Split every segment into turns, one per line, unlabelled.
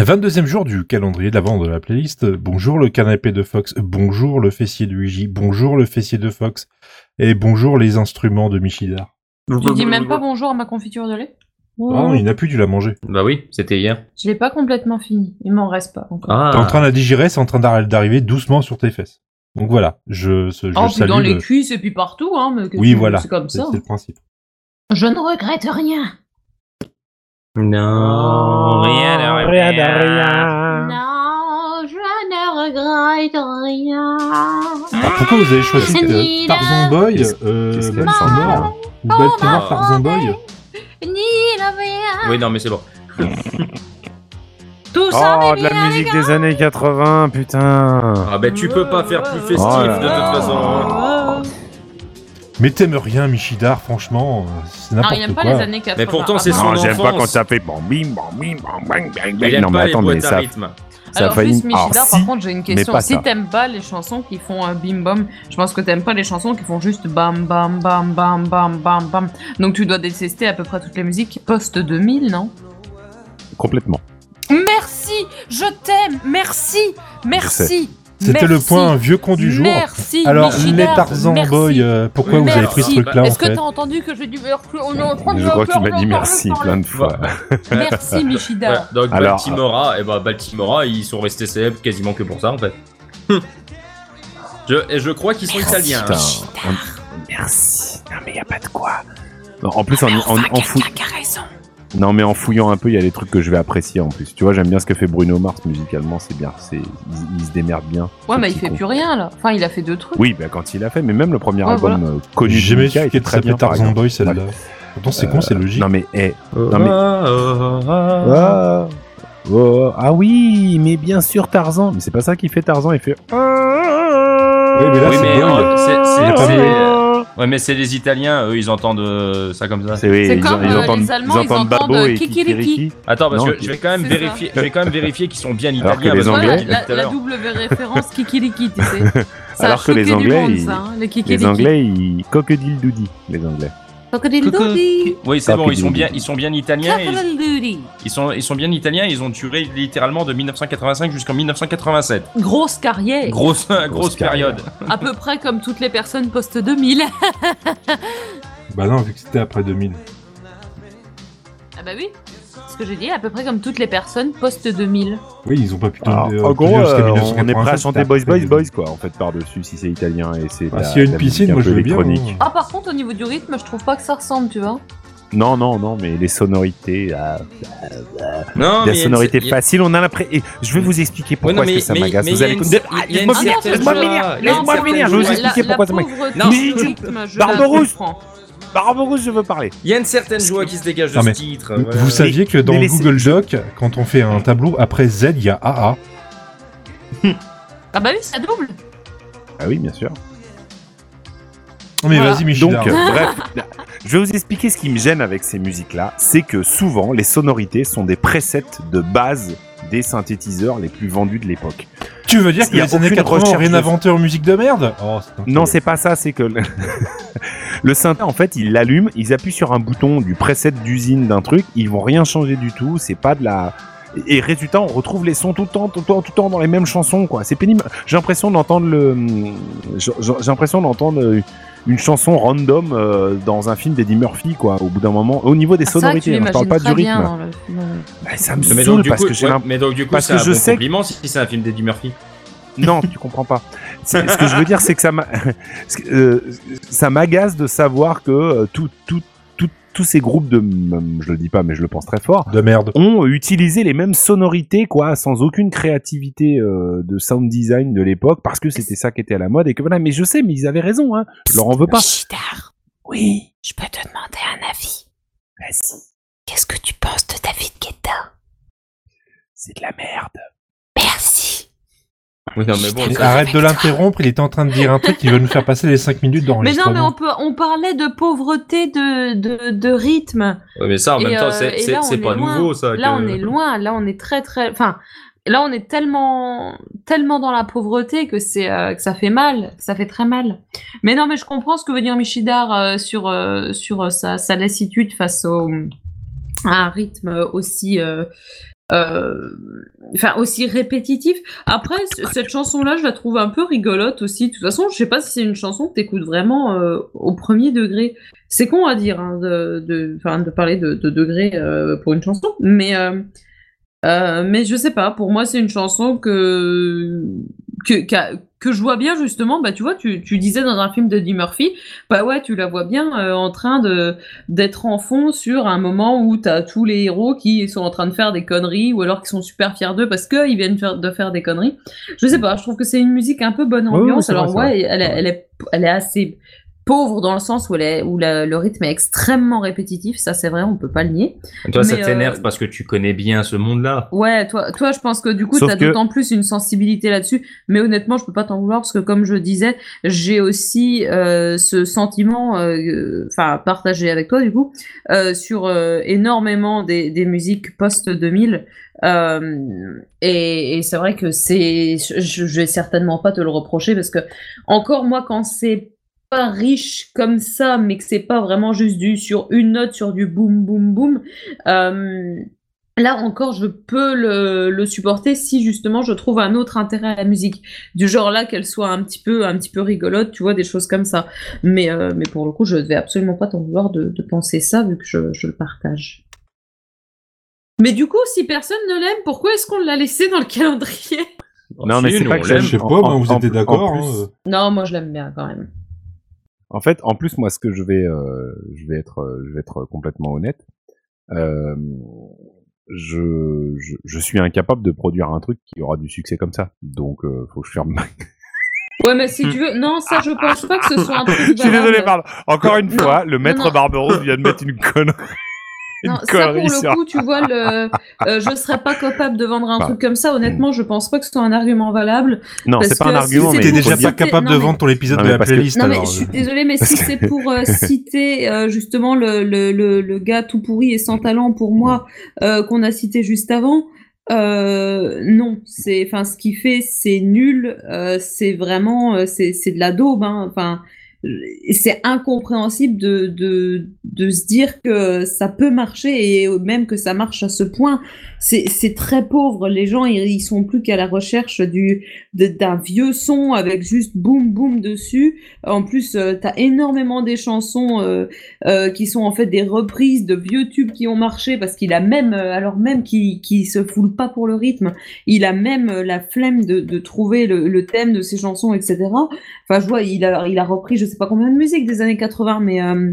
22e jour du calendrier de l'avant de la playlist. Bonjour le canapé de Fox, bonjour le fessier de Luigi, bonjour le fessier de Fox et bonjour les instruments de Michidar.
Tu dis même pas bonjour à ma confiture de lait
Oh, il n'a plus dû la manger.
Bah oui, c'était hier.
Je l'ai pas complètement fini. Il m'en reste pas encore.
Ah.
T'es en train de la digérer, c'est en train d'arri- d'arriver doucement sur tes fesses. Donc voilà, je, ce- je
Oh, puis
salue.
dans les
le-
cuisses et puis partout, hein. mais que
Oui,
tu-
voilà.
C'est comme
c'est
ça.
c'est le principe.
Je ne regrette rien.
Non, rien, de
Oh, Rien de rien.
Non, je ne regrette rien.
Alors, Ah, pourquoi vous avez choisi
C'est
euh,
nul. Oh,
Tarzan Boy,
Qu'est-ce-
euh,
qu'est-ce qu'elle
Baltimore,
s'en
ou Baltimore Tarzan Boy
Ni la mer.
Ah. Oui, non, mais c'est bon.
Tout ça,
Oh,
mais
de la
bien,
musique des années 80, putain.
Ah bah tu peux pas faire plus festif
Oh là
de toute façon. hein.
Ah,
Mais t'aimes rien, Michidar, franchement, euh, c'est
Ah, il
n'importe
n'aime
quoi.
pas les années 80.
Mais pourtant,
Ah,
c'est
pardon.
son
Non, j'aime pas
enfance.
quand ça fait bam bim bam bim bam bang bang
Il
bang.
aime
Non mais
pas les
attendez,
boîtes à
ça,
rythme.
ça Ah, a
Alors,
failli.
juste, Michidar,
Alors,
par
si,
contre, j'ai une
mais
question.
pas
Si
ça.
t'aimes pas les chansons qui font un bim bam, je pense que t'aimes pas les chansons qui font juste bam bam bam bam bam bam bam. Donc tu dois détester à peu près toutes les musiques post 2000, non
complètement.
Merci, je t'aime, merci, merci.
C'était le
merci,
point un vieux con du jour.
Merci,
Alors,
Michidar,
les Tarzan
merci.
Boy, euh, pourquoi vous avez
Merci.
pris ce truc-là en
Est-ce que
fait
t'as entendu que j'ai dit merci On est en train de
Je crois que tu
parler,
m'as dit
parler,
merci
parler.
plein de fois.
Merci,
Ouais,
Michidar.
donc
Alors- euh,
Baltimora, et bah Baltimora, ils sont restés célèbres quasiment que pour ça en fait. je, et je crois qu'ils sont italiens. hein.
Putain, on- Merci. Non mais y a pas de quoi. Non, en plus, en, en, en fou- non mais en fouillant un peu, il y a des trucs que je vais apprécier en plus. Tu vois, j'aime bien ce que fait Bruno Mars musicalement. C'est bien. C'est il, il se démerde bien.
Ouais,
ce
mais il
petit
fait
con.
plus rien là. Enfin, il a fait deux trucs.
Oui, bah, quand il a fait, mais même le premier
Ouais,
album euh, connu de
J'aimais
Mika
ce qui
était très
s'appelait
bien. par
Tarzan
exemple. Euh,
Boy, celle-là. Pourtant, c'est con, c'est logique.
Non mais eh,
Non,
mais-
Euh.
mais...
Ah, oh, ah oui, mais bien sûr Tarzan. Mais c'est pas ça qui fait Tarzan, il fait. oh. Oui, mais
là,
Oui,
c'est
mais
dingue.
euh, c'est- c'est- euh, c'est- Ouais, mais c'est les Italiens, eux, ils entendent euh, ça comme ça.
C'est oui,
C'est
ils,
comme,
ils
euh,
entendent,
les Allemands, ils entendent,
Babo
euh,
et
Kikiriki.
Kikiriki.
Attends, parce
Non,
que je vais quand même
c'est ça.
vérifier, je vais quand même vérifier qu'ils sont bien
Alors que
italiens.
les
parce que
Anglais-
tu l'as
Voilà,
dit tout à
la, la
l'heure.
double référence kikiriki, tu sais. Ça a
Alors que
choqué
les
du
Anglais,
monde,
ils-
ça, hein, les kikiriki.
Les Anglais, ils coquedil doudi, les Anglais.
Crocodile
Coucou.
Doody.
Oui,
Ah,
c'est bon, ils sont bien,
Capidou.
ils sont bien italiens. et Ils,
Crocodile Doody.
ils sont, ils sont bien italiens. Ils ont duré littéralement de 1985 jusqu'en 1987.
Grosse carrière,
Grosse, grosse,
carrière.
période.
à peu près comme toutes les personnes post 2000.
Bah non, vu que c'était après 2000.
Ah bah oui, ce que j'ai dit, à peu près comme toutes les personnes post 2000.
Oui, ils ont pas pu
Alors,
donner, euh,
en gros,
plusieurs, c'était
euh, on
1987,
est prêt à chanter
c'était
Boys
après
Boys
2000.
Boys quoi, en fait par-dessus si c'est italien et c'est. de
Bah,
la-
S'il y a
de
une
la
piscine,
musique un
moi je
peu
veux bien.
électronique.
hein.
Ah par contre au niveau du rythme, je trouve pas que ça ressemble, tu vois.
Non non non, mais les sonorités, ah, là,
Non,
la
il y a une-
sonorité
il y a-
facile, on a l'impression. et Je vais vous expliquer
Ouais, non,
pourquoi est-ce
mais-
que ça
mais-
m'agace.
mais
Vous
il y a
allez
une-
écouter-
il y a une
Laisse-moi
certaine-
finir, laisse-moi
Non,
finir,
non,
laisse-moi
certaine-
finir, je vais vous
la-
expliquer pourquoi ça
la
m'agace.
pauvreté
Non,
du
mais-
rythme, je
Barberousse.
la comprends.
Barbarousse, je veux parler.
Il y a une certaine joie qui se dégage de
Non,
ce
mais
titre.
Vous-
voilà.
Vous saviez que dans
mais laissez-
Google Doc, quand on fait un tableau, après Z, il y a AA.
Ah bah oui, ça double.
Ah oui, bien sûr.
Non, mais
Voilà.
vas-y,
Donc,
Michidar.
euh, bref, je vais vous expliquer ce qui me gêne avec ces musiques-là. C'est que souvent, les sonorités sont des presets de base des synthétiseurs les plus vendus de l'époque.
Tu veux dire
il
que
y a
les années
aucune
80 ont
recherche
rien
de-
inventé en musique de merde Oh,
Non, c'est pas ça, c'est que le, le synthé, en fait, ils l'allument, ils appuient sur un bouton du preset d'usine d'un truc, ils vont rien changer du tout, c'est pas de la... Et résultat, on retrouve les sons tout le temps, tout le temps, tout le temps dans les mêmes chansons, quoi. C'est pénible. J'ai l'impression d'entendre le... J'ai j'ai l'impression d'entendre une chanson random euh, dans un film d'Eddie Murphy, quoi, au bout d'un moment. Au niveau des
Ah, ça, tu
sonorités, hein, je
l'imagines
parle pas
très
du rythme.
bien euh, dans le- dans le-
Bah, ça me
Mais
saoule
donc, du
parce
coup,
que j'ai
ouais,
l'impression...
mais donc, du coup,
parce
c'est
que
un
je
bon
sais que-
compliment si c'est un film d'Eddie Murphy.
Non, tu comprends pas. C'est- Ce que je veux dire, c'est que ça m'a- ce que, euh, ça m'agace de savoir que euh, tout, tout, tout- tous ces groupes de, je le dis pas, mais je le pense très fort,
De merde.
ont utilisé les mêmes sonorités, quoi, sans aucune créativité euh, de sound design de l'époque, parce que c'était ça qui était à la mode et que voilà. Mais je sais, mais ils avaient raison, hein. Je leur en veux pas.
Chidar,
Oui.
je peux te demander un avis.
Vas-y,
Qu'est-ce que tu penses de David Guetta
c'est de la merde.
Merci.
Oui, non, mais bon,
Mais
ça-
Arrête de l'interrompre, il était en train de dire un truc qui veut nous faire passer les 5 minutes
Mais non, mais on,
d'enregistrement.
peut, on parlait de pauvreté de, de, de rythme.
Ouais, mais ça, en
Et,
même temps,
euh,
c'est-
et
c'est
là,
c'est
on
pas
est loin.
nouveau, ça.
Là,
euh, que-
on est loin. Là, on est très, très. Enfin, là, on est tellement, tellement dans la pauvreté que c'est, euh, que ça fait mal. que Ça fait très mal. Mais non, mais je comprends ce que veut dire Michidar euh, sur, euh, sur euh, sa, sa lassitude face au à un rythme aussi euh, euh, enfin aussi répétitif. Après, c- cette chanson-là, je la trouve un peu rigolote aussi. De toute façon, je sais pas si c'est une chanson que t'écoutes vraiment euh, au premier degré. C'est con à dire hein, de, de, enfin, de parler de, de degré euh, pour une chanson, mais euh, euh, mais je sais pas. Pour moi, c'est une chanson que que qu'a- que je vois bien justement. Bah tu vois, tu, tu disais dans un film de Eddie Murphy, bah ouais, tu la vois bien euh, en train de d'être en fond sur un moment où t'as tous les héros qui sont en train de faire des conneries ou alors qui sont super fiers d'eux parce qu'ils viennent faire- de faire des conneries. Je sais pas, je trouve que c'est une musique un peu bonne
Ouais, ouais,
ambiance.
c'est vrai,
alors
c'est
ouais, elle, est- elle est, elle est assez pauvre dans le sens où, elle est- où la- le rythme est extrêmement répétitif, ça c'est vrai, on peut pas le nier.
Toi, ça
Mais, euh,
t'énerve parce que tu connais bien ce monde-là.
Ouais, toi, toi, je pense que du coup,
Sauf
t'as
que-
d'autant plus une sensibilité là-dessus. Mais honnêtement, je peux pas t'en vouloir parce que, comme je disais, j'ai aussi euh, ce sentiment, euh, enfin, partagé avec toi, du coup, euh, sur euh, énormément des, des musiques post-2000. Euh, et et c'est vrai que c'est, je, je vais certainement pas te le reprocher parce que, encore moi, quand c'est pas riche comme ça, mais que c'est pas vraiment juste du sur une note, sur du boum boum boum. Euh, là encore, je peux le, le supporter si justement je trouve un autre intérêt à la musique, du genre là qu'elle soit un petit peu, un petit peu rigolote, tu vois, des choses comme ça. Mais, euh, mais pour le coup, je ne vais absolument pas t'en vouloir de, de penser ça vu que je, je le partage. Mais du coup, si personne ne l'aime, pourquoi est-ce qu'on l'a laissé dans le calendrier
Non, mais
Si,
c'est
nous,
pas
on
que
Je
l'aime.
sais pas,
En-
moi,
en-
vous
en-
étiez
en
d'accord.
plus-
hein.
Non, moi je l'aime bien quand même.
En fait, en plus, moi, ce que je vais, euh, je vais être, euh, je vais être complètement honnête. euh, je, je, je suis incapable de produire un truc qui aura du succès comme ça. Donc, euh, faut que je ferme. ma-
Ouais, mais si tu veux, non, ça je pense pas que ce soit un truc.
je suis
valable.
désolé, pardon. Encore une
Non,
fois, le maître
non.
Barberousse vient de mettre une connerie.
Non,
une
ça pour
connerie sur-
le coup, tu vois, le, euh, je serais pas capable de vendre un
Bah.
truc comme ça. Honnêtement, je pense pas que ce soit un argument valable.
Non,
Parce
c'est pas un
que si
argument,
c'est-
mais
T'es
faut
déjà
le
pas
dire.
citer-
capable
non,
de
mais-
vendre ton épisode
Non,
de
mais
la
parce que-
playlist.
Non, mais
alors,
je suis
euh,
désolée, mais si c'est pour euh, citer euh, justement le, le, le, le gars tout pourri et sans talent pour moi euh, qu'on a cité juste avant, euh, non, c'est, enfin, ce qu'il fait, c'est nul, euh, c'est vraiment, euh, c'est c'est de la daube, hein, enfin. euh, C'est incompréhensible de, de, de se dire que ça peut marcher et même que ça marche à ce point. C'est c'est très pauvre. Les gens, ils, ils sont plus qu'à la recherche du de- d'un vieux son avec juste boum boum dessus. En plus, euh, t'as énormément des chansons euh, euh, qui sont en fait des reprises de vieux tubes qui ont marché parce qu'il a même, euh, alors même qu'il qu'il se foule pas pour le rythme, il a même euh, la flemme de, de trouver le, le thème de ses chansons, etc. Enfin, je vois, il a, il a repris je sais pas combien de musique des années 80, mais euh,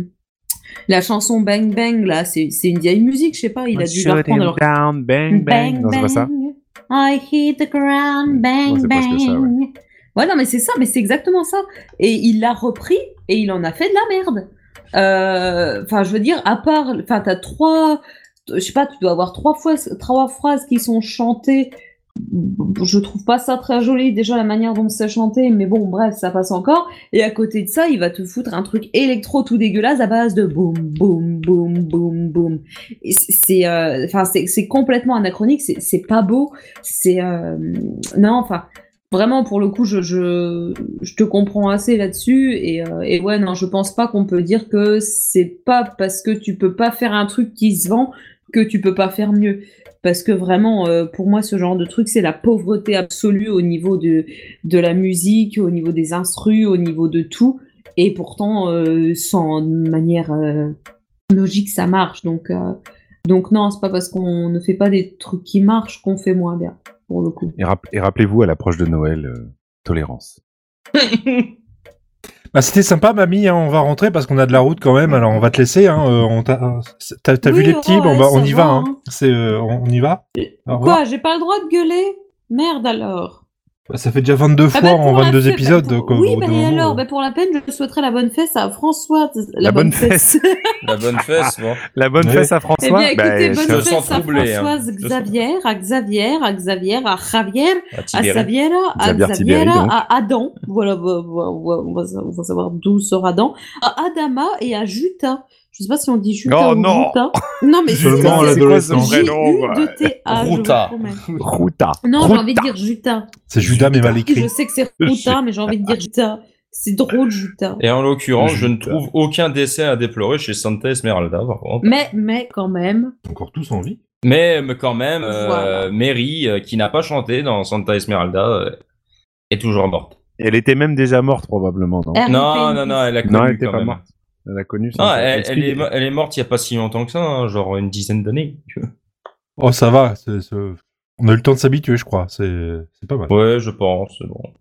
la chanson Bang Bang, là, c'est c'est une vieille musique, je sais pas, il a dû la
Shut him
reprendre. alors-
down, bang, bang. Non, c'est pas ça.
I hit the ground, bang,
Ouais, c'est
bang.
presque ça,
ouais. non, mais c'est ça, mais c'est exactement ça. Et il l'a repris et il en a fait de la merde. Euh, Enfin, je veux dire, à part. Enfin, t'as trois. Je sais pas, tu dois avoir trois, fois, trois phrases qui sont chantées. Je trouve pas ça très joli, déjà la manière dont c'est chanté, mais bon, bref, ça passe encore. Et à côté de ça, il va te foutre un truc électro tout dégueulasse à base de boum, boum, boum, boum, boum. Et c- C'est, euh, enfin, c'est, c'est complètement anachronique. C'est, c'est pas beau. C'est, euh, non, enfin, vraiment pour le coup, je, je, je te comprends assez là-dessus. Et, euh, et ouais, non, je pense pas qu'on peut dire que c'est pas parce que tu peux pas faire un truc qui se vend que tu peux pas faire mieux. Parce que vraiment, euh, pour moi, ce genre de truc, c'est la pauvreté absolue au niveau de, de la musique, au niveau des instrus, au niveau de tout. Et pourtant, euh, sans de manière euh, logique, ça marche. Donc, euh, donc non, c'est pas parce qu'on ne fait pas des trucs qui marchent qu'on fait moins bien, pour le coup.
Et, rapp- et rappelez-vous à l'approche de Noël, euh, tolérance.
Bah, c'était sympa, mamie. hein, on va rentrer parce qu'on a de la route quand même. Alors, on va te laisser. Hein, euh, on t'a, t'as, t'as vu
Oui,
les petits
ouais,
Bon, bah, on
ça
y
va,
va. hein.
hein.
C'est, euh, on on y va. Au revoir.
Quoi, j'ai pas le droit de gueuler Merde alors
Bah, ça fait déjà 22 fois
Ah bah,
en
pour la
22
fête-
épisodes.
pour-
quoi,
Oui,
au bout
bah,
d'un
et
moment,
alors,
euh.
bah, pour la peine, je souhaiterais la bonne fesse à François.
La bonne
La bonne fesse, bon.
La bonne
Ouais.
fesse à
Eh
François.
bien, écoutez,
Bah,
bonne
je sens
fête à
troublé, hein.
Françoise,
Je sens-
Xavier, à Xavier, à Xavier, à Javier,
À
à
Tibérie.
Xaviera, à
Xavier Tibéri,
Xaviera,
donc.
à Adam. Voilà, vo- vo- vo- on va, sa- on va savoir d'où sort Adam. À Adama et à Juta. Je sais pas si on dit Juta
Oh,
ou
non.
Juta. Non, mais
Seulement à
c'est-
c'est quoi son
l'adolescence.
vrai nom quoi
J-U-T-A, je vous
Ruta.
promets.
Routa.
Non, j'ai envie de
Routa.
dire Juta.
C'est Judas, mais mal
Et je
écrit.
sais que c'est
Je
Ruta, mais j'ai envie de dire Juta. C'est drôle, Juta.
Et en l'occurrence, je ne
Putain.
trouve aucun décès à déplorer chez Santa Esmeralda, par contre.
Mais, mais quand même.
Encore tous en vie.
Mais mais quand même, euh,
Voilà.
Mary, euh, qui n'a pas chanté dans Santa Esmeralda, euh, est toujours morte.
Elle était même déjà morte probablement. Non,
R.I.P.
Non, non, non, elle a connu
non elle était
quand
pas
même.
morte. Elle a connu.
Non,
ça.
elle,
Parce
elle
qu'il-
est, mo- elle est morte il n'y a pas si longtemps que ça, hein, genre une dizaine d'années.
Oh, ça va. c'est- c'est- On a eu le temps de s'habituer, je crois. C'est c'est pas mal.
Ouais, je pense. Bon.